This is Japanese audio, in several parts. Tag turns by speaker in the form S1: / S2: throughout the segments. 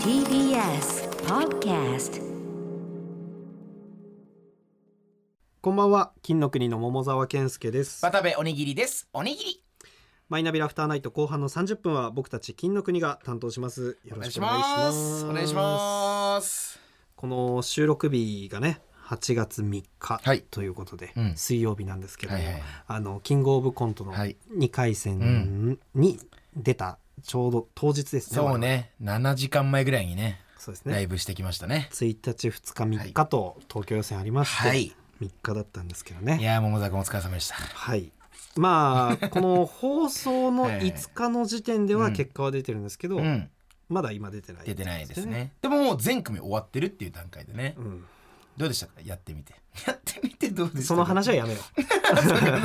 S1: TBS Podcast
S2: こんばんは金の国の桃沢健介です
S3: 渡部おにぎりです。おにぎり。
S2: マイナビラフターナイト後半の30分は僕たち金の国が担当しますよ
S3: お
S2: ろ
S3: 願い
S2: し
S3: し
S2: くお願いしま
S3: ますす。お願いします。
S2: この収録日がね8月3日
S3: はい
S2: ということで、
S3: うん
S2: 水曜日なんですけども、
S3: はいはい
S2: あのキングオブコントの
S3: はい
S2: 2回戦に出たちょうど当日ですね、
S3: そうね、7時間前ぐらいにね、
S2: そうです
S3: ラ
S2: ね
S3: イブしてきましたね。
S2: 1日2日3日と東京予選ありまして、
S3: はい
S2: 3日だったんですけどね
S3: いやー、桃沢君お疲れ様でした。
S2: はい。まあこの放送 の
S3: はいはい
S2: 5日の時点では結果は出てるんですけど、
S3: うん、
S2: まだ今出てない、
S3: 出てないです。ね。でももう全組終わってるっていう段階でね
S2: う。ん、
S3: どうでしたかやってみ て。やってみてどうでした
S2: その話は
S3: は
S2: やめよ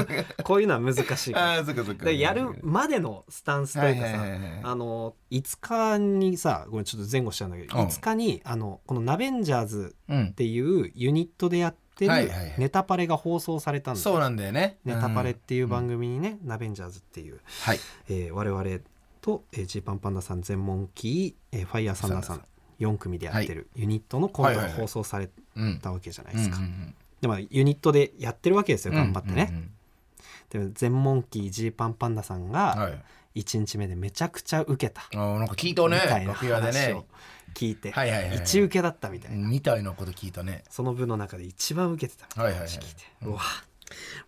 S2: う。こういうのは難しいから。
S3: ああ、そっかそっか。
S2: でやるまでのスタンスというか
S3: はい
S2: さ
S3: はいはいはい、
S2: あの5日にさ、ごめんちょっと前後しちゃうんだけど、
S3: うん
S2: 5日にあのこのナベンジャーズ
S3: う
S2: っ
S3: ん。
S2: ていうユニットでやってる
S3: はいはいはい
S2: ネタパレが放送されたんだよ。
S3: そうなんだよね。
S2: ネタパレっ
S3: うん
S2: ていう番組にね、ナベンジャーズっていう
S3: はい。
S2: えー我々とえージー、パンパンダさん全モンキー、えーファイヤーサンダーさん
S3: サ
S2: 4組でやってるユニットのコント
S3: はい
S2: が
S3: はいはい
S2: 放送され
S3: うん。
S2: たわけじゃないですか、
S3: うんうん
S2: でまあユニットでやってるわけです
S3: うん
S2: よ頑張ってね、
S3: うんうん
S2: で全モンキージーパンパンダさん
S3: うんは
S2: が
S3: い。
S2: 1日目でめちゃくちゃウケた
S3: あーなんか聞いた
S2: み
S3: ね
S2: たい、な
S3: 楽屋で
S2: 話を
S3: ね。
S2: 聞いて
S3: はいはいはいはい
S2: 一受けだったみたいな、
S3: みたいなこと聞いたね。
S2: その部の中で一番受けてたみたいな話聞いて、うわ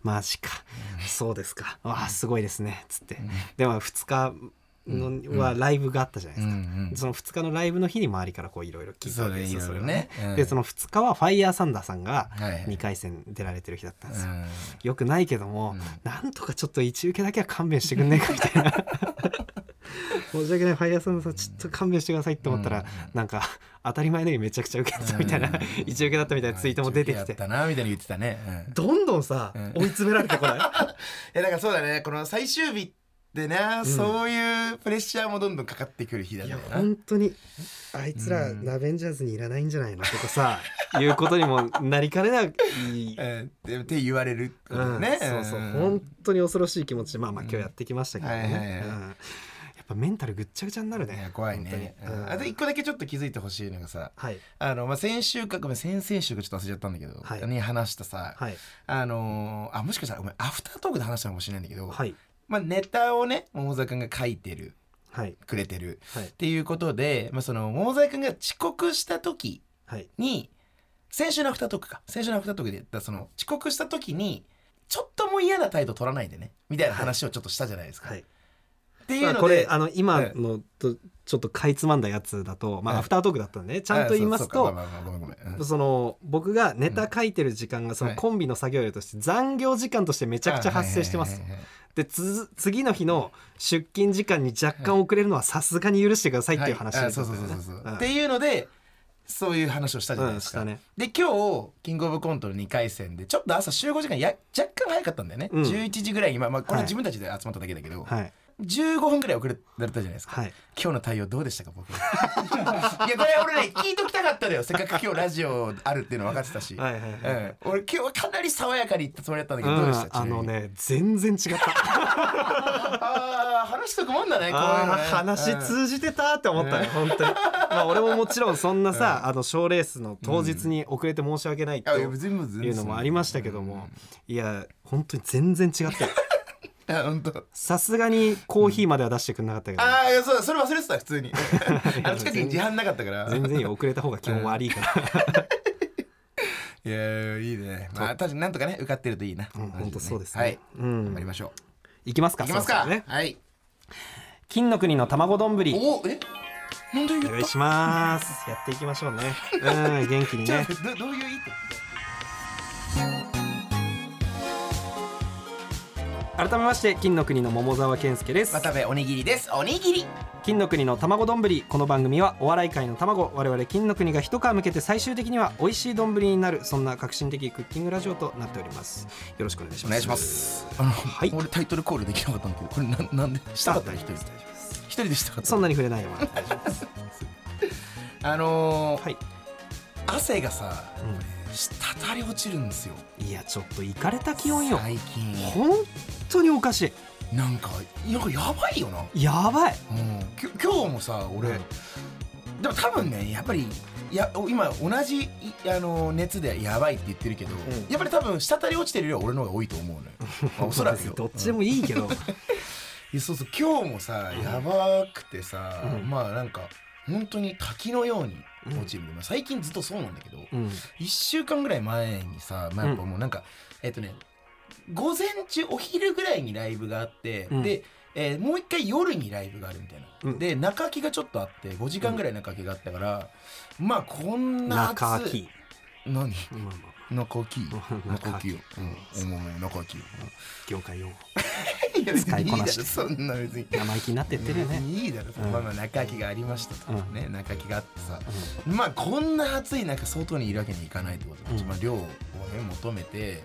S2: マジか、そうですかうわすごいですねつって、でも2日のはライブがあったじゃないですか、
S3: うんうん
S2: その2日のライブの日に周りからこういろいろ聞いたわけですよ
S3: そ
S2: そう
S3: ね
S2: れを
S3: いろいろねうん
S2: でその2日はファイヤーサンダーさんが
S3: はいはい
S2: 2回戦出られてる日だったんですよ、
S3: うん
S2: よくないけども、なんとかちょっと一受けだけは勘弁してくんねえかみたいな申し訳ないファイヤーさんさんちょっと勘弁してくださいって思ったら、なんか当たり前のようにめちゃくちゃ受けてたみたいな、一受けだったみたいなツイートも出てき、
S3: やってたなみたいに言ってたね。うんい
S2: どんどんさ、追い詰められてこない
S3: やだからそうだねこの最終日でね、そういうプレッシャーもどんどんかかってくる日だ
S2: い
S3: ね
S2: や。本当にあいつらナベンジャーズにいらないんじゃないのとか さいうことにもなりかねない、
S3: うんでって言われるこ
S2: う
S3: と
S2: ん
S3: ね。
S2: そうそう、
S3: ん
S2: 本当に恐ろしい気持ちでまあまあ今日やってきましたけどね、
S3: はいはいはい
S2: うんやっぱメンタルぐっちゃぐちゃになる
S3: い
S2: ね
S3: や怖いね。
S2: 本当に
S3: うんあと一個だけちょっと気づいてほしいのがさ、
S2: はい
S3: あのまあ先週かごめん先々週かちょっと忘れちゃったんだけど、
S2: はい
S3: に話したさ、
S2: はい
S3: あのーあもしかしたらごめんアフタートークで話したのかもしれないんだけど、
S2: はい
S3: まあネタをね桃沢君が書いてる
S2: はい
S3: くれてる。
S2: はい
S3: っていうことで、まあ、その桃沢君が遅刻した時
S2: はい
S3: に先週のアフタートークか先週のアフタートークで言ったその遅刻した時にちょっとも嫌な態度取らないでねみたいな話をちょっとしたじゃないですか。
S2: はい
S3: っていう
S2: ま
S3: の
S2: あ、
S3: で、
S2: これあの今のとちょっとかいつまんだやつだと、ま
S3: う
S2: あ、
S3: ん
S2: アフタートークだったんでねちゃんと言います
S3: あそう
S2: と
S3: かああごめんごめんうん
S2: その僕がネタ書いてる時間がそのコンビの作業量として残業時間としてめちゃくちゃ発生してます
S3: はいはいはいはい
S2: でつ次の日の出勤時間に若干遅れるのはさすがに許してくださいっていう話
S3: は
S2: で
S3: い
S2: す
S3: そう
S2: よ
S3: そうそう
S2: ね
S3: そうそう、
S2: うん
S3: っていうのでそういう話をしたじゃないですか、
S2: うんしたね
S3: で今日キングオブコントの2回戦でちょっと朝集合時間や若干早かったんだよね、
S2: うん
S3: 11時ぐらいに、まあ、まあこれ
S2: はい
S3: は自分たちで集まっただけだけど、
S2: はい
S3: 15分ぐらい遅れられたじゃないですか、
S2: はい
S3: 今日の対応どうでしたか僕 いやこれ俺ね聞いときたかったのよせっかく今日ラジオあるっていうの分かってたし
S2: はいはいはい
S3: うん、俺今日はかなり爽やかに言ったつもりだったんだけど、どうでした
S2: うんあのね全然違った
S3: あー話しとくもんだねこういうの
S2: あ
S3: ね
S2: ー話
S3: うん
S2: 通じてたって思ったね、本当に。まあ、俺ももちろんそんなさ、あの賞レースの当日に遅れて申し訳ないって
S3: あい
S2: い
S3: や全部全然
S2: うのもありましたけども、いや本当に全然違ったよ
S3: あ本当
S2: さすがにコーヒーまでは出してくれなかったけど、
S3: ああいやそうだそれ忘れてた 普通にあの近くに自販なかったから
S2: 全然いいよ遅れた方が基本悪い から、
S3: いやーいいねまあ確かになんとかね受かってるといいな
S2: うん本当そうですね
S3: はい
S2: うん
S3: 頑張りましょ
S2: いきますか
S3: ういきますか
S2: そろそろね
S3: はい
S2: 金の国の卵丼ぶりお
S3: おおえなんで言
S2: 願
S3: っ
S2: い
S3: た
S2: しますやっていきましょうね うん元気に
S3: じゃ
S2: ね
S3: あどどういう意図
S2: 改めまして金の国の桃沢健介です
S3: 渡部おにぎりですおにぎり
S2: 金の国の卵丼ぶりこの番組はお笑い界の卵我々金の国が一皮向けて最終的には美味しい丼ぶりになるそんな革新的クッキングラジオとなっておりますよろしくお願いします
S3: お願いしますあの、
S2: はい
S3: 俺タイトルコールできなかったんだけどこれなんなんでしたかったの一人で一人でしたかった
S2: そんなに触れないよまだ大丈夫です
S3: あのー
S2: はい、
S3: 汗がさ滴り落ちるんですよ
S2: うん、いやちょっといかれた気温よ
S3: 最近
S2: 本当におかしい
S3: なんかなんかやばいよな、うん、
S2: やば い
S3: きょ今日もさ俺、
S2: うん
S3: でも多分ねやっぱりいやお今同じいあの熱でやばいって言ってるけど、
S2: ん
S3: やっぱり多分滴り落ちてる量は俺の方が多いと 思うのよ、まあおそらくよ
S2: どっちでもいいけど、
S3: いやそうそう今日もさやばくてさ、
S2: うん
S3: まあなんか本当に滝のように落ちる、まあ、最近ずっとそうなんだけど、
S2: うん
S3: 1週間ぐらい前にさ、まあ、やっぱもうなんか、えっとね午前中お昼ぐらいにライブがあって、
S2: うん
S3: で、えーもう一回夜にライブがあるみたいな、
S2: うん
S3: で中空きがちょっとあって5時間ぐらい中空きがあったから、まあこんな暑
S2: 中空き、
S3: 何
S2: まあまあ
S3: 中空き
S2: 中
S3: 中
S2: 空
S3: 空き
S2: き
S3: よ、うん、お前中空きよ
S2: 業界 用語
S3: いや 別
S2: 使
S3: に
S2: い
S3: いい
S2: こ
S3: だ
S2: な
S3: ろ
S2: して
S3: そんな別に
S2: 生意気になってってるよね、
S3: いいだろ、
S2: うん
S3: まあまあ中空きがありましたとか
S2: うん
S3: ね、中空きがあってさ、まあこんな暑い中外にいるわけにいかないってことだし、
S2: うん
S3: まあ量をね求 めて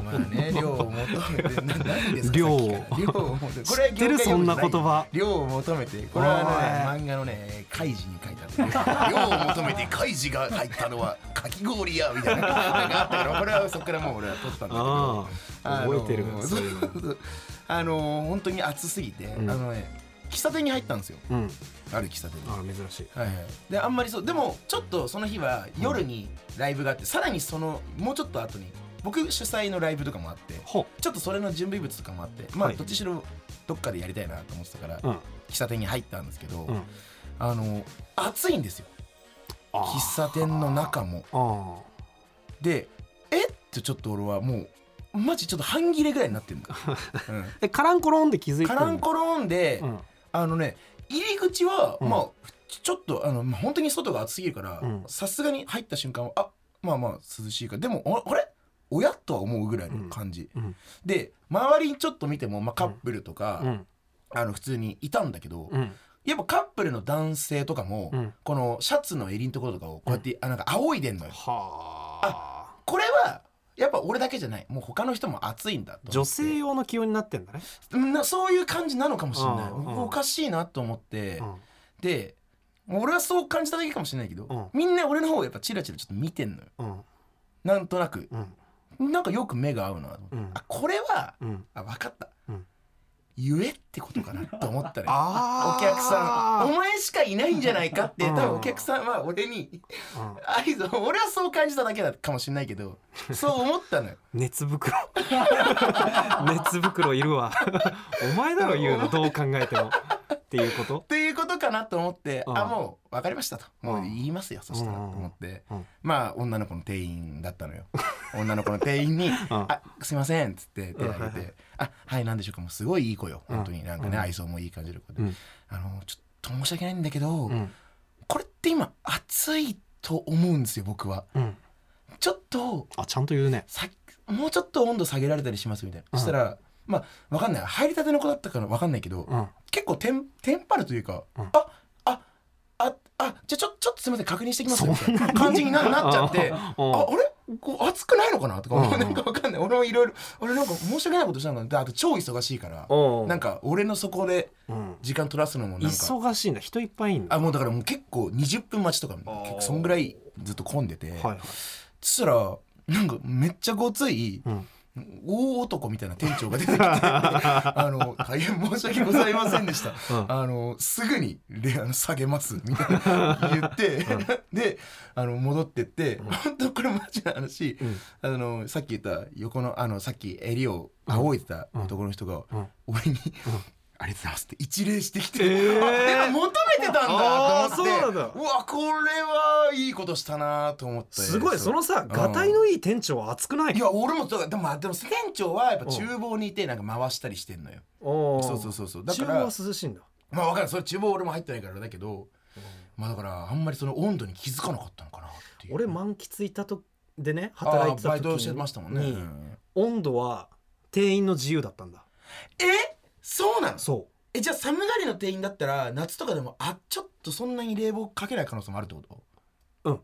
S3: まあね量を求めてな何ですか
S2: 量を
S3: さっきから量を求めてこれ
S2: 知ってるそんな言葉
S3: 量を求めてこれは
S2: おい
S3: ね漫画のねカイジに書いてある量を求めてカイジが入った のはかき氷やみたいななんかあったからこれはそこからもう俺は取ったんだけど
S2: ああ覚えてる
S3: あのー
S2: そういうの
S3: そうあのー本当に暑すぎて、
S2: うん
S3: あのね喫茶店に入ったんですよ
S2: うん
S3: ある喫茶店に。
S2: あ珍しい
S3: はいはい、であんまりそうでもちょっとその日は夜にライブがあって、さらにそのもうちょっと後に僕主催のライブとかもあって
S2: ほ
S3: ちょっとそれの準備物とかもあってまあ、
S2: はい
S3: どっちしろどっかでやりたいなと思ってたから、
S2: ううん
S3: 喫茶店に入ったんですけど、
S2: うん
S3: あの暑いんですよ
S2: あー
S3: 喫茶店の中も。
S2: あ
S3: でえってちょっと俺はもうマジちょっと半切れぐらいになって るんだ、う
S2: ーえカランコロンで気づ
S3: ん、
S2: い
S3: カ
S2: た
S3: ランコロンで、
S2: うん
S3: あのね入り口は、
S2: うん
S3: まあちちょっとあのまあ本当に外が暑すぎるから
S2: うん
S3: さすがに入った瞬間はあまあまあ涼しいからでもああれ親とは思うぐらいの感じ、
S2: うん
S3: で周りにちょっと見ても、まあ、カップルとか、
S2: うん
S3: あの普通にいたんだけど、
S2: うん
S3: やっぱカップルの男性とかも、
S2: うん
S3: このシャツの襟のところとかをこうやって、あなんか仰いでんのよ
S2: はあ
S3: これはやっぱ俺だけじゃないもう他の人も暑いんだと思って
S2: 女性用の気温になってんだね、
S3: なそういう感じなのかもしれない、
S2: うんうん
S3: 僕おかしいなと思って、
S2: うん、
S3: で俺はそう感じただけかもしれないけど、
S2: うん
S3: みんな俺の方をやっぱチラチラちょっと見てんのよ
S2: うん
S3: なんとなく
S2: うん
S3: なんかよく目が合うなと思って、
S2: うん
S3: あこれは
S2: うん
S3: あ分かった、
S2: うん
S3: ゆえってことかなと思ったね
S2: あ
S3: お客さんお
S2: ん
S3: 前しかいないんじゃないかって
S2: うん
S3: 多分お客さんは俺に合図を俺はそう感じただけだかもしれないけどそう思った のよ
S2: 熱袋熱袋いるわお前だろ言うのどう考えてもっていうこと
S3: っていうことかなと思って、
S2: うん
S3: あもう分かりましたともう
S2: うん
S3: 言いますよ、そしたらと思って、
S2: うんうん
S3: まあ女の子の店員だったのよ女の子の店員に「あすいません」っつって手を挙げ
S2: うん
S3: て「あはいなんでしょうかもうすごいいい子よ
S2: うん
S3: 本当になんかね、
S2: うん
S3: 愛想もいい感じの子で、
S2: うん
S3: あのちょっと申し訳ないんだけど、
S2: うん
S3: これって今暑いと思うんですよ僕は
S2: うん
S3: ちょっと
S2: あちゃんと言うね
S3: さもうちょっと温度下げられたりしますみたいな、そしたらまあ分かんない入りたての子だったから分かんないけど、
S2: うん
S3: 結構テンテンパるというか、
S2: うん
S3: ああああじゃあちょちょっとすみません確認してきますみた いな感じにななっちゃって。
S2: うん
S3: ああれこう暑くないのかなとか、
S2: うんうん
S3: なんかわかんない俺もいろいろ俺なんか申し訳ないことしたのかなであと超忙しいから
S2: うん
S3: なんか俺のそこで
S2: うん
S3: 時間取らすのもなんか
S2: 忙しいんだ人いっぱいいんだ
S3: あもうだからもう結構20分待ちとか
S2: ー
S3: 結構そんぐらいずっと混んでて、
S2: はいはい
S3: そしたらなんかめっちゃごつい
S2: うん
S3: 大男みたいな店長が出 てきてあの大変申し訳ございませんでした、
S2: うん
S3: あのすぐにレあの下げますみたいな言って、であの戻ってって、本当これマジな話、
S2: うん
S3: あのさっき言った横のあのさっき襟を仰いでた男の人が、
S2: うん
S3: 俺に、ありがとうございます」って一礼してきて、
S2: えー
S3: あで も求めてたんだと思って
S2: あーそうなんだ
S3: うわこれはいいことしたなと思って
S2: すごいそのさ
S3: ん
S2: がたいのいい店長は熱くない
S3: いや俺もだからでもでも店長はやっぱ厨房にいてなんか回したりしてんのよ、
S2: そ
S3: そうそうそうそうだ
S2: 中
S3: か
S2: 央は
S3: ら
S2: 涼しいんだ
S3: まあ分かるそれ厨房俺も入ってないからだけど、まあだからあんまりその温度に気づかなかったのかなっていう
S2: 俺満喫いたとでね働いて
S3: あーバ
S2: た
S3: イ
S2: 時
S3: トしてましたもんね、
S2: に
S3: うん
S2: 温度は店員の自由だったんだ
S3: えそうなの
S2: そ
S3: えじゃあ寒がりの店員だったら夏とかでもあちょっとそんなに冷房かけない可能性もあるってこと
S2: うん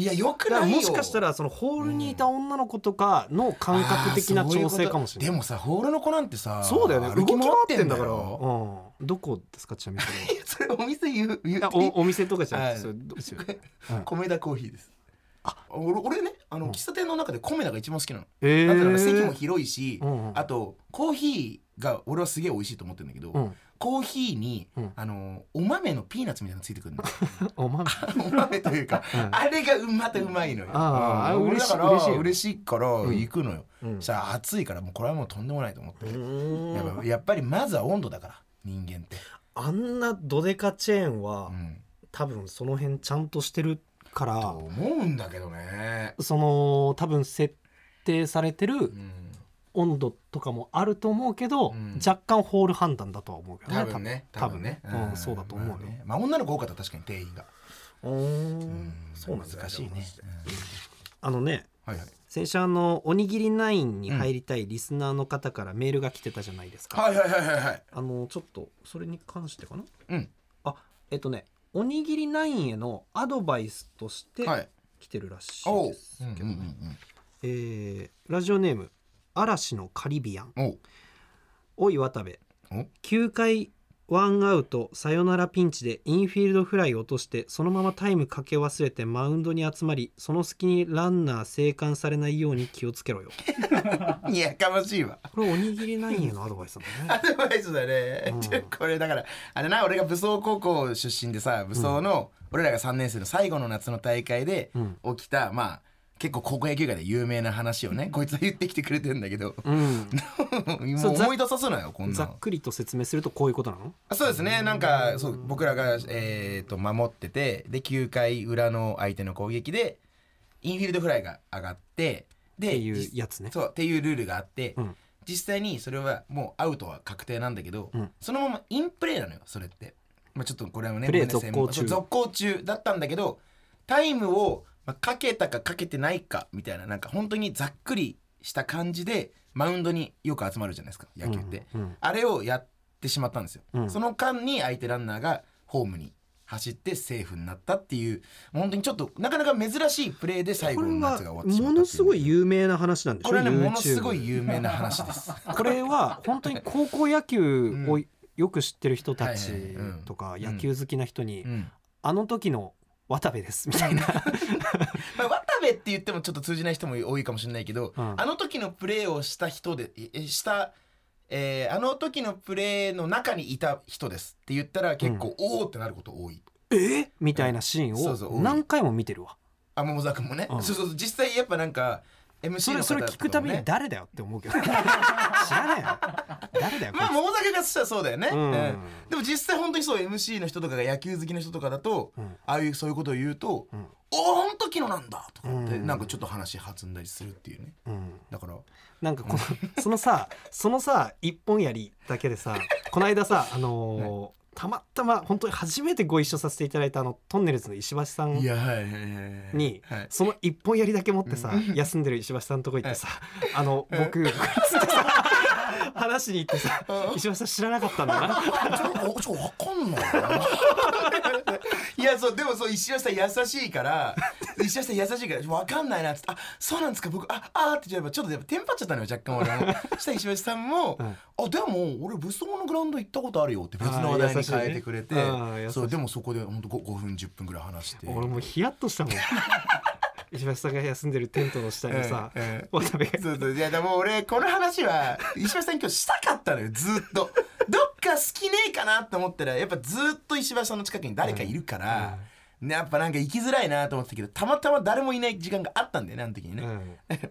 S3: いやよ
S2: う
S3: く
S2: だ
S3: な
S2: から
S3: いよ
S2: もしかしたらそのホールにいた女の子とかの感覚的な調整かもしれない
S3: あーそういうことでもさホールの子なんてさ
S2: そうだよね動
S3: 歩
S2: き回
S3: き回
S2: っ
S3: ってて
S2: ん
S3: ん
S2: だ
S3: だ
S2: から
S3: よ
S2: うんどこですかちなみにそ れ
S3: それお店言う言う
S2: おお店とかじゃなく
S3: は
S2: て
S3: い
S2: それどうしよう
S3: 米田コーヒーですあ俺俺ねあの喫茶店の中でコメダが一番好きなの、
S2: え
S3: だってなん
S2: ー、
S3: か席も広いし、
S2: うんうん
S3: あとコーヒーが俺はすげえ美味しいと思ってるんだけど、
S2: うん
S3: コーヒーに、
S2: うん
S3: あのお豆のピーナッツみたいなのついてく るの
S2: おまめ
S3: お豆というか、
S2: うん
S3: あれがうまたうまいのよ
S2: あーあ
S3: うん俺
S2: 嬉
S3: だ
S2: しい
S3: から
S2: 嬉しいよね
S3: 嬉しいから
S2: ん
S3: 行くのよ、
S2: うん
S3: そしたら暑いからもうこれはもうとんでもないと思って、
S2: うー
S3: やっ
S2: ん
S3: ぱやっぱりまずは温度だから人間って、
S2: あんなドデカチェーンは、
S3: うん
S2: 多分その辺ちゃんとしてるか
S3: と
S2: ら
S3: 思うんだけどね、
S2: その多分設定されてる
S3: うん
S2: 温度とかもあると思うけど、
S3: うん
S2: 若干ホール判断だとは思うけど
S3: 多分ね多分ね
S2: 多分ねうんそうだと思うよ
S3: まあねまあ女の子多かったら確かに店員が
S2: 多分うーんそうなんだ
S3: 難しいね
S2: あのね
S3: はいはい
S2: 先週あの「おにぎり9」に入りたいリスナーの方からメールが来てたじゃないですか、
S3: はいはいはいはいはい
S2: あのちょっとそれに関してかな
S3: うん
S2: あえっとね「おにぎり9」へのアドバイスとして
S3: はい
S2: 来てるらしい
S3: お
S2: で
S3: う
S2: す
S3: う
S2: けど
S3: んうん
S2: ね、
S3: うん
S2: えーラジオネーム「嵐のカリビアン」
S3: うんおう
S2: おい渡部
S3: お
S2: 9回ワンアウトサヨナラピンチでインフィールドフライを落としてそのままタイムかけ忘れてマウンドに集まりその隙にランナー生還されないように気をつけろよ
S3: いやかましいわ
S2: これおにぎりナインへのアドバイスなんだ
S3: ア
S2: ね
S3: ドバイスだね、
S2: うん
S3: これだからあれな俺が武装高校出身でさ武装の、俺らが3年生の最後の夏の大会で
S2: うん
S3: 起きた、まあ結構高校野球界で有名な話をねこいつは言ってきてくれてるんだけ ど
S2: う
S3: もう思い出させないよこ
S2: ん、
S3: んな
S2: ざ
S3: の
S2: っくりと説明するとこういうことなの
S3: あそうですねなんかそう僕らが、えー、と守っててで9回裏の相手の攻撃でインフィールドフライが上がってで
S2: っていうやつね
S3: そうっていうルールがあって、
S2: うん
S3: 実際にそれはもうアウトは確定なんだけど、
S2: うん
S3: そのままインプレーなのよそれって、まあ、ちょっとこれはね
S2: プレー
S3: ごめんな
S2: 続行中
S3: さいそう続行中だったんだけどタイムをまあかけたかかけてないかみたいななんか本当にざっくりした感じでマウンドによく集まるじゃないですか野球って、
S2: うんうん
S3: あれをやってしまったんですよ、
S2: うん
S3: その間に相手ランナーがホームに走ってセーフになったっていう本当にちょっとなかなか珍しいプレーで最
S2: こ
S3: 後
S2: れ
S3: の
S2: は
S3: 夏が終わってしまったっていう
S2: ものすごい有名な話なんでしょ
S3: これはねものす
S2: YouTube
S3: ごい有名な話です
S2: これは本当に高校野球をよく知ってる人たちとか
S3: いはいうん
S2: 野球好きな人に
S3: うん
S2: 「あの時の渡部です」みたいな
S3: まあ、渡部って言ってもちょっと通じない人も多いかもしれないけど、
S2: うん
S3: あの時のプレーをした人でええした、えーあの時のプレーの中にいた人ですって言ったら結構、おおってなること多い
S2: えみたいなシ
S3: そうそ
S2: ーン
S3: う多
S2: を
S3: い
S2: 何回も見てるわ
S3: あ桃沢君もね、
S2: うん
S3: そうそうそう実際やっぱなんか MC の方
S2: それそれ聞くたび
S3: とかも
S2: に
S3: ね
S2: 誰だよって思うけど知らないよ誰だよこ
S3: まあ桃沢君がしたらそうだよね、
S2: いつう
S3: うん
S2: ん
S3: でも実際本当にそう MC の人とかが野球好きの人とかだと、
S2: うん
S3: ああいうそういうことを言うと
S2: うん
S3: 「おおあの時のなんだ!」とかって、
S2: うん
S3: なんかちょっと話弾んだりするっていうね
S2: うん
S3: だから
S2: なんかこのそのさそのさ一本槍だけでさこの間さあのーたまたま本当に初めてご一緒させていただいたあのトンネルズの石橋さん
S3: いやはいはいはいはい
S2: に
S3: はい
S2: その一本槍だけ持ってさ休んでる石橋さんのとこ行ってさ「あの僕」つってさ話に行ってさ「石橋さん知らなかったんだな」
S3: ちょちょわかんないないやそうでもそう石橋さん優しいから石橋さん優しいからわかんないなっつって「あそうなんですか僕ああー」って言えばちょっとやっぱテンパっちゃったのよ若干俺 もそしたら石橋さんも「
S2: うん
S3: あでも俺武装のグラウンド行ったことあるよ」って別の話題に変えてくれて、
S2: あー優しいねあー優し
S3: そう
S2: い
S3: でもそこで本当ご 5, 分10分ぐらい話して
S2: 俺もうヒヤッと したもん石橋さんが休んでるテントの下にさ、
S3: ええええ
S2: 渡辺が
S3: そうそういやでも俺この話は石橋さんに今日したかったのよずっとどっか隙ねえかなと思ったらやっぱずっと石橋さんの近くに誰かいるから、ね、やっぱなんか行きづらいなと思ってたけどたまたま誰もいない時間があったんだよねあの時に
S2: う
S3: ね、
S2: ん、あった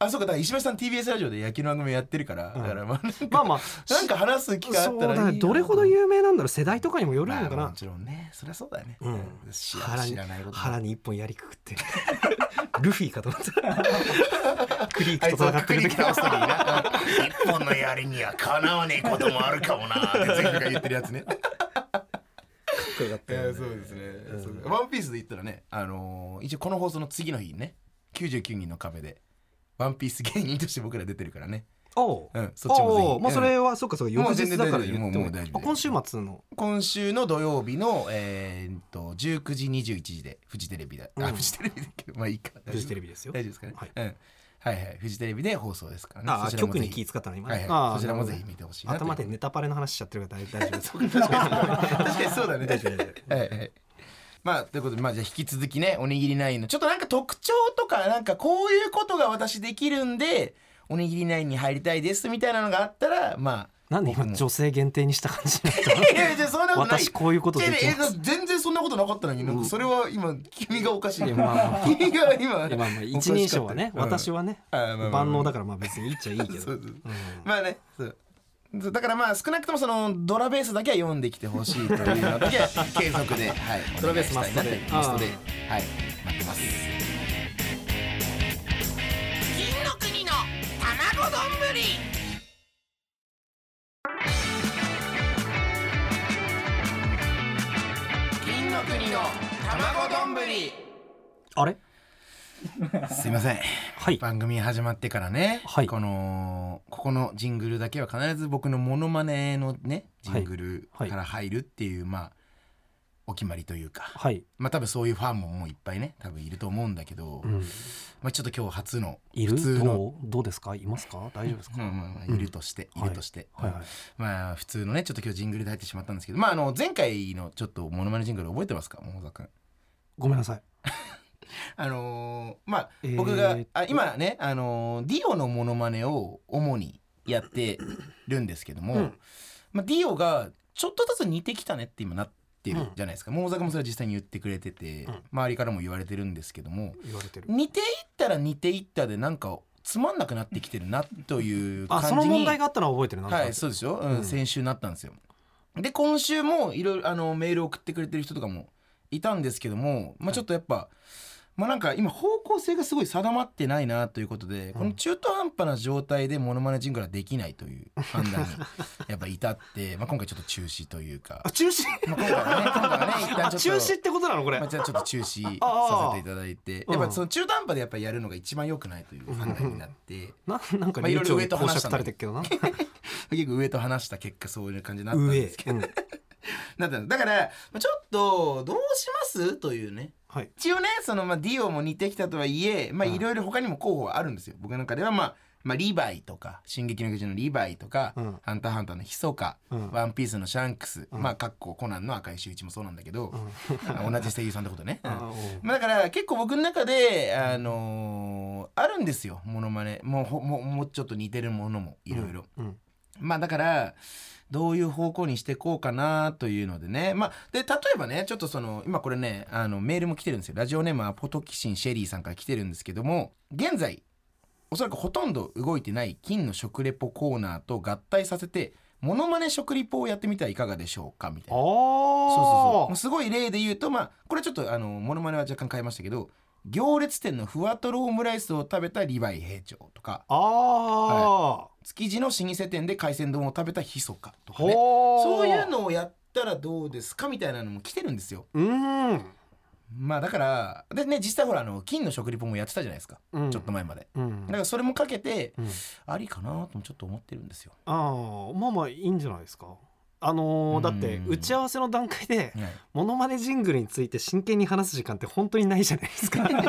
S3: あそうかだから石橋さん TBS ラジオで野球の番組やってるから、だからまあなんか
S2: まあまあ
S3: なんか話す機会あ
S2: そ
S3: っ
S2: う
S3: たらいい
S2: だ
S3: な
S2: ねどれほど有名なんだろう世代とかにもよる
S3: ま
S2: のか
S3: あ、
S2: な
S3: もちろんねそりゃそうだよね、
S2: うん
S3: 知ら
S2: 腹
S3: 知
S2: に
S3: らないこと
S2: 腹に一本やりくくって ルフィかと思った クリー
S3: あい
S2: ク
S3: つ
S2: と
S3: を
S2: 戦っ
S3: 確
S2: てる
S3: 認
S2: 時
S3: 倒すとき にな一本の槍にはかなわねえこともあるかもなって全部が言ってるやつね
S2: かだった
S3: え
S2: よ
S3: ー
S2: ね
S3: そうですね、そうワンピースで言ったらね、あのー一応この放送の次の日にね99人の壁でワンピース芸人として僕ら出てるからね、
S2: おう
S3: うん、そっちもぜひ
S2: おうまあそれはそうかそうか
S3: も
S2: 翌
S3: う全
S2: 日
S3: 然
S2: だから
S3: 大丈夫
S2: 言って
S3: もうも
S2: も
S3: う大丈夫
S2: あ今週末の
S3: 今週の土曜日の、えーっと19時21時でフジテレビだ、あ
S2: うん
S3: フジテレビだけどまあいいか
S2: フジテレビですよ
S3: 大丈夫ですかね、
S2: はい
S3: うん、はいはいフジテレビで放送ですからね
S2: あ
S3: そちらも
S2: 局
S3: ぜ
S2: に
S3: ひ
S2: 気使ったの今
S3: はい
S2: ね
S3: はい
S2: あー
S3: そちらもぜひ見てほしいなという
S2: 頭 でネタパレの話しちゃってるから大大丈夫です
S3: 確かにそうだね
S2: 大丈夫大丈夫
S3: はいはいまあということでまあじゃあ引き続きねおにぎりナインのちょっとなんか特徴とかなんかこういうことが私できるんでおにぎりナインに入りたいですみたいなのがあったらまあ
S2: なんで今女性限定にした感じになったの
S3: いやいやじゃあそんなことない
S2: 私こういうことできます
S3: いやいや全然そんなことなかったのになんかそれは今君がおかしいね、
S2: まあまあ
S3: 君が今
S2: いやまあ まあ一人称はね、私
S3: は
S2: はね、
S3: あまあまあまあ
S2: 万能だからまあ別にいいっちゃいいけ
S3: そ
S2: ど
S3: うそうまあねそうそうだからまあ少なくともそのドラベースだけは読んできてほしいというの だけは継続で、はい、
S2: ドラベース
S3: お願いしたいなと
S2: マス
S3: マ
S2: ト
S3: スト
S2: で
S3: で、はい、待ってます
S4: 金の国の卵丼ぶり
S3: 金の国の卵丼ぶり
S2: あれ
S3: すいません
S2: はい
S3: 番組始まってからね、
S2: はい
S3: このここのジングルだけは必ず僕のモノマネのねジングル
S2: はい
S3: から入るっていう、まあお決まりというか、
S2: はい、
S3: まあ多分そういうファンももういっぱいね多分いると思うんだけど、
S2: うん、
S3: まあちょっと今日初の
S2: い
S3: 普通
S2: る
S3: の、
S2: どうどうですかいますか大丈夫ですか、
S3: まあまあまあいるとして、
S2: うん
S3: いるとして、
S2: はいはいはい
S3: まあ普通のねちょっと今日ジングルで入ってしまったんですけどまああの前回のちょっとモノマネジングル覚えてますか桃沢君
S2: ごめんなさい
S3: あのーまあ
S2: えー
S3: 僕が、あ
S2: と
S3: 今ね、あのーディオのモノマネを主にやってるんですけども、
S2: うん
S3: まあ、ディオがちょっとずつ似てきたねって今なってるじゃないですか、桃坂もそれは実際に言ってくれてて、
S2: うん
S3: 周りからも言われてるんですけども
S2: 言われてる
S3: 似ていったら似ていったでなんかつまんなくなってきてるなという感
S2: あ
S3: じに
S2: その問題があったのは覚えてるなんとなく
S3: はいそうでしょ、うん
S2: うん
S3: 先週なったんですよで今週もいろいろあのメール送ってくれてる人とかもいたんですけども、まあ、ちょっとやっぱ、まあなんか今方向性がすごい定まってないなということで、この中途半端な状態でモノマネジングルはできないという判断に やっぱ至って、まあ、今回ちょっと中止というか
S2: あ、中 止
S3: まあ、今回は ね今回はね一
S2: あ
S3: 旦ち
S2: 中
S3: ょっ
S2: 止っ
S3: と。
S2: てことなのこれ、
S3: まあ、じゃあちょっと中止
S2: あ
S3: さ
S2: あ
S3: せていただいて
S2: うん
S3: やっぱその中途半端でやっぱやるのが一番良くないという判断になって
S2: ななんか
S3: まあい
S2: 流
S3: ろいろ
S2: 暢
S3: 上
S2: に
S3: と
S2: 講
S3: 話
S2: 釈
S3: した
S2: さ
S3: んだ
S2: れてる けどな
S3: 結構上と話した結果そういう感じになったん
S2: 上
S3: ですけど
S2: うん
S3: なったんですだからまあちょっとどうしますというね
S2: はい
S3: 一応ねそのまあディオも似てきたとはいえまあ
S2: うん
S3: いろいろ他にも候補はあるんですよ僕の中ではまあまあ、リヴァイとか「進撃の巨人」のリヴァイとか「
S2: うん
S3: ハンターハンター」の「ヒソカ」
S2: うん
S3: ワンピース」の「シャンクス」
S2: ん
S3: まあかっこコナンの「赤い周一」もそうなんだけど、
S2: うん
S3: あ同じ声優さんってことね。うん
S2: あおう
S3: まあ、だから結構僕の中で、あのーあるんですよモノマネもうほもうもうちょっと似てるものもいろいろ。
S2: うん
S3: まあだからどういう方向にしていこうかなというのでねまあで例えばねちょっとその今これねあのメールも来てるんですよラジオネームはポトキシンシェリーさんから来てるんですけども現在おそらくほとんど動いてない金の食レポコーナーと合体させてモノマネ食リポをやってみてはいかがでしょうかみたい
S2: あ
S3: な
S2: ー
S3: そうそうそうもうすごい例で言うとまあこれちょっとあのモノマネは若干変えましたけど行列店のふわとろオムライスを食べたリヴァイ兵長とか
S2: あ
S3: 築地の老舗店で海鮮丼を食べたひそかと
S2: ー
S3: かね
S2: ほー
S3: そういうのをやったらどうですかみたいなのも来てるんですよ。
S2: うーん
S3: まあだからでね実際ほらあの金の食リポもやってたじゃないですか、
S2: うん
S3: ちょっと前まで。
S2: うん
S3: だからそれもかけて、
S2: うん
S3: ありかなともちょっと思ってるんですよ。
S2: ああまあまあいいんじゃないですかあのーだって
S3: うん
S2: 打ち合わせの段階で
S3: はい
S2: モノマネジングルについて真剣に話す時間って本当にないじゃないです かだ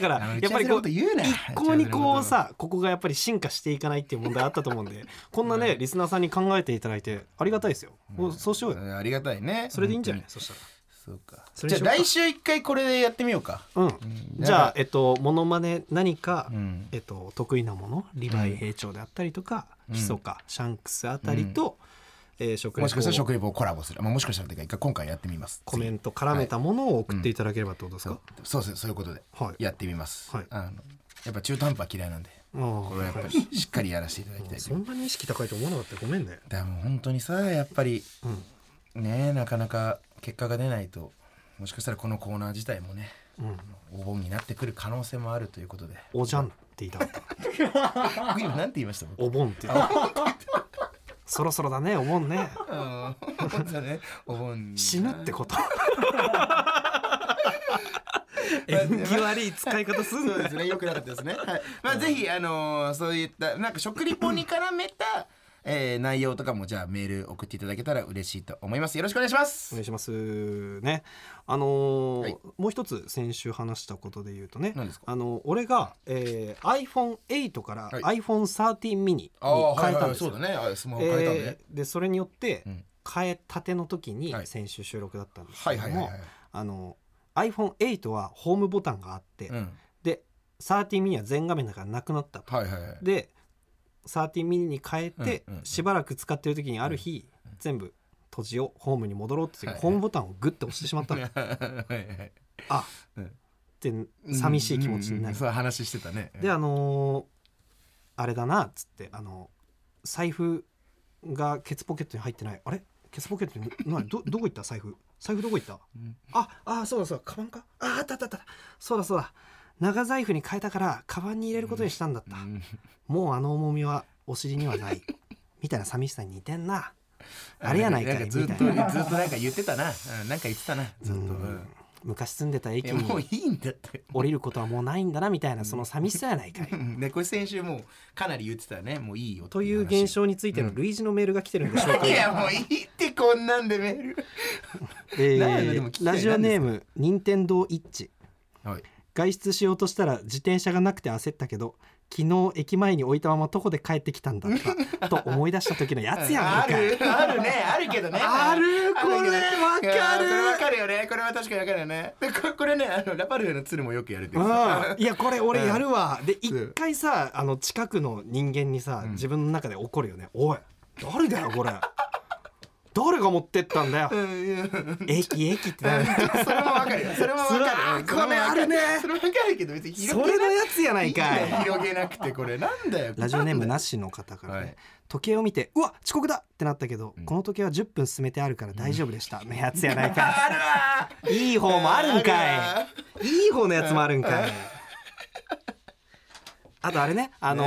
S2: から
S3: あの
S2: やっぱりこ
S3: 打
S2: う
S3: ち合わせのこと言うな
S2: 一向にこうさここがやっぱり進化していかないっていう問題あったと思うん でこんなねリスナーさんに考えていただいてありがたいですよ、もうそうしようよ
S3: んありがたいね。
S2: それでいいんじゃない、
S3: 本
S2: そした
S3: 当にそうか。
S2: それ
S3: じ
S2: に
S3: ゃあ
S2: しようか
S3: 来週一回これでやってみようか。
S2: らうんじゃあ
S3: なんか
S2: えっとモノマネ何か、
S3: うん
S2: えっと、得意なものリヴァイ兵長であったりとか、ヒソかシャンクスあたりと、えー食レ
S3: もしかしたら
S2: ポ
S3: 食リポをコラボする。まあ、もしかしたらというか一回今回やってみます。
S2: コメント絡めたものを送っていただければってことです
S3: そう
S2: か、
S3: そうですそういうことで
S2: はい
S3: やってみます、
S2: はい
S3: あのやっぱ中途半端は嫌いなんで
S2: あ
S3: こ
S2: あ
S3: れはやっぱりしっかりやらせていただきたいと
S2: そんなに意識高いと思わなかったごめんね
S3: だからもう本当にさやっぱり
S2: うん
S3: ねなかなか結果が出ないともしかしたらこのコーナー自体もね
S2: うん
S3: お盆になってくる可能性もあるということで
S2: おじゃんって言いたか った
S3: 僕 今なんて言いました僕
S2: お盆って言ったそろそろだねお盆ね
S3: うん本当ねお 盆に
S2: 死ぬってこと縁起悪い使い方すん
S3: そ
S2: な
S3: うで
S2: よ
S3: すね、良くなかったですね。はい、まあ、ぜひ、あのーそういった、なんか食リポに絡めた。えー内容とかも、じゃあ、メール送っていただけたら嬉しいと思います。よろしくお願いしま
S2: お
S3: す。
S2: 願いしますねあのー
S3: はい
S2: もう一つ先週話したことで言うとね
S3: 何ですか
S2: あの俺が、えー、iPhone8 から
S3: はい
S2: iPhone13 mini に
S3: ああ、は
S2: 変
S3: い
S2: えた
S3: は
S2: ん
S3: い、
S2: です
S3: そう
S2: よ
S3: だね、あスマホ変えたんで、
S2: えーでそれによって、
S3: うん
S2: 変えたての時に
S3: はい
S2: 先週収録だったんです
S3: は
S2: け
S3: いは
S2: ど
S3: いはい
S2: も
S3: はい
S2: あの iPhone8 はホームボタンがあって、
S3: うん
S2: で13ミニは全画面だからなくなったと
S3: はいはいはい
S2: で13ミニに変えて
S3: うんうんうん
S2: しばらく使ってる時にある日全部閉じようホームに戻ろうって時
S3: はいはい
S2: ホームボタンをグッて押してしま ったのあ
S3: うん
S2: って 寂しい気持ちにな
S3: うんうんうん
S2: る
S3: そう話してたね
S2: であのーあれだなっつってあの財布がケツポケットに入ってないあれケツポケットにないど どこ行った財布財布どこ行った
S3: うん
S2: ああそうだそうだカバンかああったあったあったそうだそうだ長財布に変えたからカバンに入れることにしたんだった、
S3: うん
S2: もうあの重みはお尻にはない みたいな寂しさに似てんなあれやないかい
S3: んずっ
S2: み
S3: と
S2: た
S3: ずっと
S2: いな
S3: なんか言ってたなうんなんか言ってたなずっと
S2: うん
S3: うん
S2: 昔住んでた駅
S3: えもう
S2: に
S3: いいんだって
S2: 降りることはもうないんだなみたいなその寂しさやないかい
S3: ねこれ先週もうかなり言ってたねもういいよって
S2: という
S3: 話
S2: 現象についての類似のメールが来てるんでしょうか、
S3: いやもういいってこんなんでメール
S2: え
S3: なんやでも聞き
S2: ー、
S3: たい
S2: ラジオネーム任天堂一致
S3: はい
S2: 外出しようとしたら自転車がなくて焦ったけど昨日駅前に置いたまま徒歩で帰ってきたんだ ったと思い出した時のやつやな
S3: あ
S2: いかい
S3: るあるねあるけどね
S2: ある
S3: あけどね
S2: これわかる
S3: いやこれわかるよねこれは確かにわかるよねでここれねあのラパルフェの鶴もよくやるってや
S2: う
S3: つ
S2: んいやこれ俺やるわで
S3: うん
S2: 一回さあの近くの人間にさ自分の中で怒るよね「おい誰だよこれ 誰が持ってったんだよ
S3: うんいや
S2: 駅駅」って なる
S3: それもわかるよそれもわ
S2: そ
S3: かるよ
S2: れは
S3: そもわか
S2: これあるね
S3: それわかるけど別に
S2: そ
S3: 広げ
S2: れの
S3: な
S2: やつやないかい
S3: 広げなくてこれなんだよ
S2: ラジオネームなしの方からね、
S3: はい
S2: 時計を見て「うわ遅刻だ!」ってなったけど、この時計は10分進めてあるから大丈夫でした、のやつやないか
S3: あるわ
S2: いいい方もあるん
S3: ある
S2: か
S3: わ
S2: いいい方のやつもあるんかいあとあれねあ
S3: え
S2: の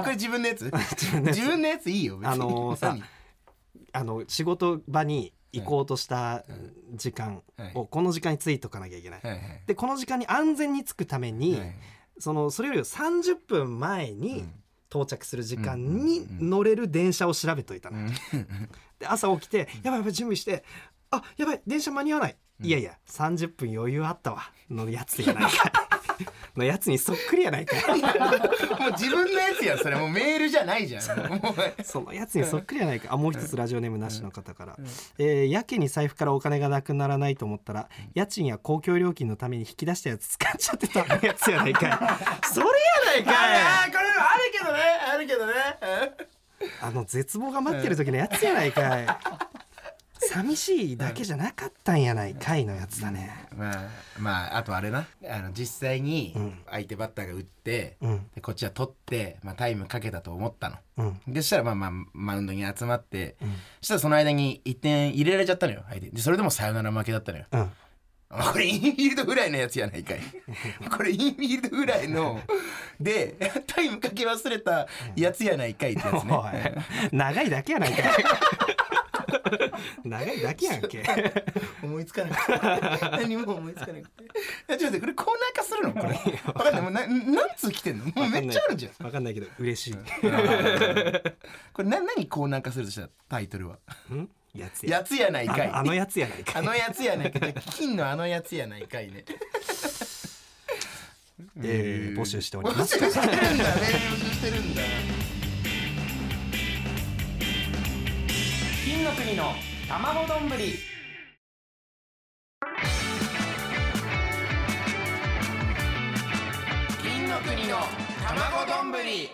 S3: こ
S2: ー
S3: れ 自分のや
S2: 自
S3: つ
S2: 分のやつ
S3: 自分のやついいよ別に
S2: あのーさあの仕事場に行こうとした時間をこの時間についとかなきゃいけない。
S3: 何はいはい
S2: でこの時間に安全に着くために、
S3: はい
S2: そのそれより30分前に到着する時間に乗れる電車を調べといたの。で朝起きてやばいやばい準備してあやばい電車間に合わない、いやいや30分余裕あったわのやつやないかい のやつにそっくりやないかい
S3: もう自分のやつやんそれもうメールじゃないじゃんもうもう
S2: そのやつにそっくりやないかあもう一つラジオネームなしの方から、えーやけに財布からお金がなくならないと思ったら家賃や公共料金のために引き出したやつ使っちゃってたのやつやないか いそれやないか
S3: あ
S2: い
S3: ーこれもあるけどねあるけどね
S2: あの絶望が待ってる時のやつやないか い寂しいだけじゃなかったんやないかいのやつだね
S3: うんまあまああとあれなあの実際に相手バッターが打って、
S2: うん
S3: でこっちは取って、まあ、タイムかけたと思ったの
S2: うん
S3: でそしたらまあまあマウンドに集まって、そしたらその間に1点入れられちゃったのよ相手でそれでもサヨナラ負けだったのよ
S2: うん
S3: あこれインフィールドフライのやつやない かいこれインフィールドフライ のでタイムかけ忘れたやつやないかいってやつね
S2: おい長いだけや ないかい長いだけやんけ
S3: 思いつかなく て何も思いつかなくてえちょっと待ってこれコーナー化するのこれ分かんないもうな何通来てんのもうめっちゃある じゃん
S2: わかんないけど嬉しい
S3: これな何コーナー化するとしたらタイトルは
S2: うんやつや
S3: やつやないかい
S2: ああのやつやないか
S3: あ
S2: い
S3: のやつやないかい金のあのやつやないかいね
S2: えー募集しており
S3: 募
S2: ま
S3: 集
S2: す
S3: してるんだね募集してるんだ
S5: 金の国の卵丼ぶり
S4: 金の国の卵丼ぶり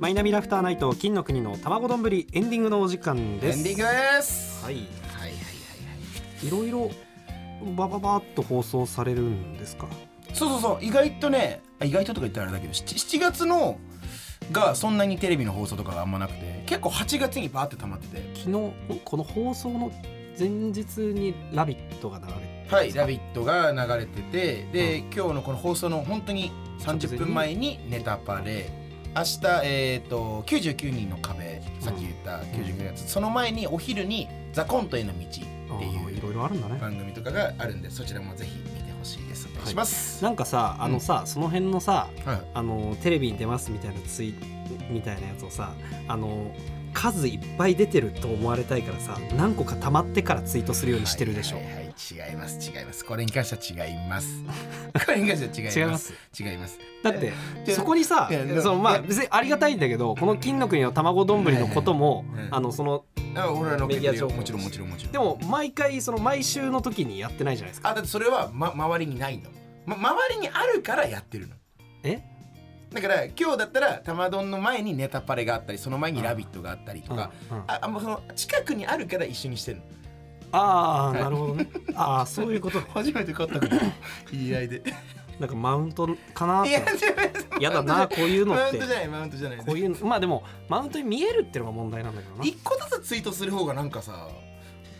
S2: マイナビラフターナイト金の国の卵丼ぶりエンディングのお時間で
S3: エ
S2: す
S3: ンディングです
S2: はいい
S3: はいはいはい
S2: ろいろバババーっと放送されるんですか
S3: そうそうそう意外とねあ意外ととか言ったらあれだけど 7, 7月のがそんなにテレビの放送とかがあんまなくて結構8月にバーって溜まってて
S2: 昨日この放送の前日に「ラビット!」が流れ
S3: はい、ラビットが流れてて、で、今日のこの放送の本当に30分前にネタパレ。明日、えっ、と、99人の壁、さっき言った99のやつ、その前にお昼にザコントへの道って
S2: て
S3: い
S2: いろ
S3: う
S2: いろあるんだね
S3: 番組とかがあるんで、そちらもぜひ見てほしいです。お願いします。
S2: なんかさあのさ、その辺のさ
S3: はい、
S2: あのテレビに出ますみたいなツイみたいなやつをさあの数いっぱい出てると思われたいからさ何個か溜まってからツイートするようにしてるでしょ、
S3: はいはいはい違います違いますこれに関しては違いますこれに関しては違います違います
S2: だって
S3: いや
S2: そこにさ
S3: いやでも
S2: そのま
S3: い
S2: あ
S3: や
S2: 別にありがたいんだけどこの金の国の卵丼のことも
S3: はいはい
S2: あのその
S3: あ俺らの
S2: メディア情報
S3: もちろんもちろんもちろん
S2: でも毎回その毎週の時にやってないじゃないですか
S3: あだってそれは、ま、周りにないの、ま、周りにあるからやってるの
S2: え
S3: だから今日だったら玉丼の前にネタパレがあったりその前に「ラビット!」があったりとか、
S2: うんうん
S3: ああんまその近くにあるから一緒にしてるの
S2: ああなるほどねああそういうことね
S3: 初めて買ったこと言い合いで
S2: なんかマウントかなっ
S3: いや
S2: てやだなこういうのっ
S3: マウン
S2: て
S3: トじゃないマウントじゃない
S2: こういうのまあでもマウントに見えるってのが問題なんだけどな
S3: 一個ずつツイートする方がなんかさ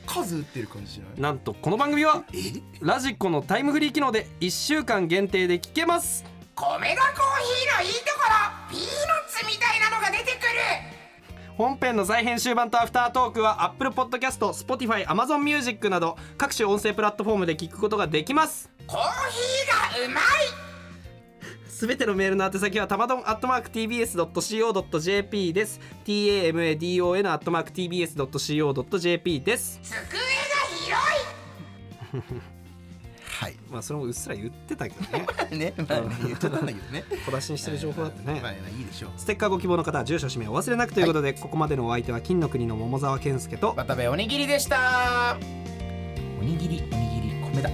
S3: 数打ってる感じしない
S2: なんとこの番組は
S3: え
S2: ラジコのタイムフリー機能で1週間限定で聞けます
S4: 米田コーヒーのいいところピーナッツみたいなのが出てくる
S2: 本編の再編集版とアフタートークは Apple Podcast、Spotify、Amazon Music など各種音声プラットフォームで聞くことができます
S4: コーヒーがうまい
S2: すべてのメールの宛先はたまどん .tbs.co.jp です。tamadon .tbs.co.jp です。
S4: 机が広い
S3: はい
S2: まあそれもうっすら言ってたけどね。
S3: ねまあね言ってたんだけどね
S2: 小出しにしてる情報だってね。
S3: まあまあいいでしょう
S2: ステッカーご希望の方は住所氏名をお忘れなくということで、ここまでのお相手は金の国の桃沢健介と
S3: 渡部おにぎりでしたおにぎりおにぎり米だ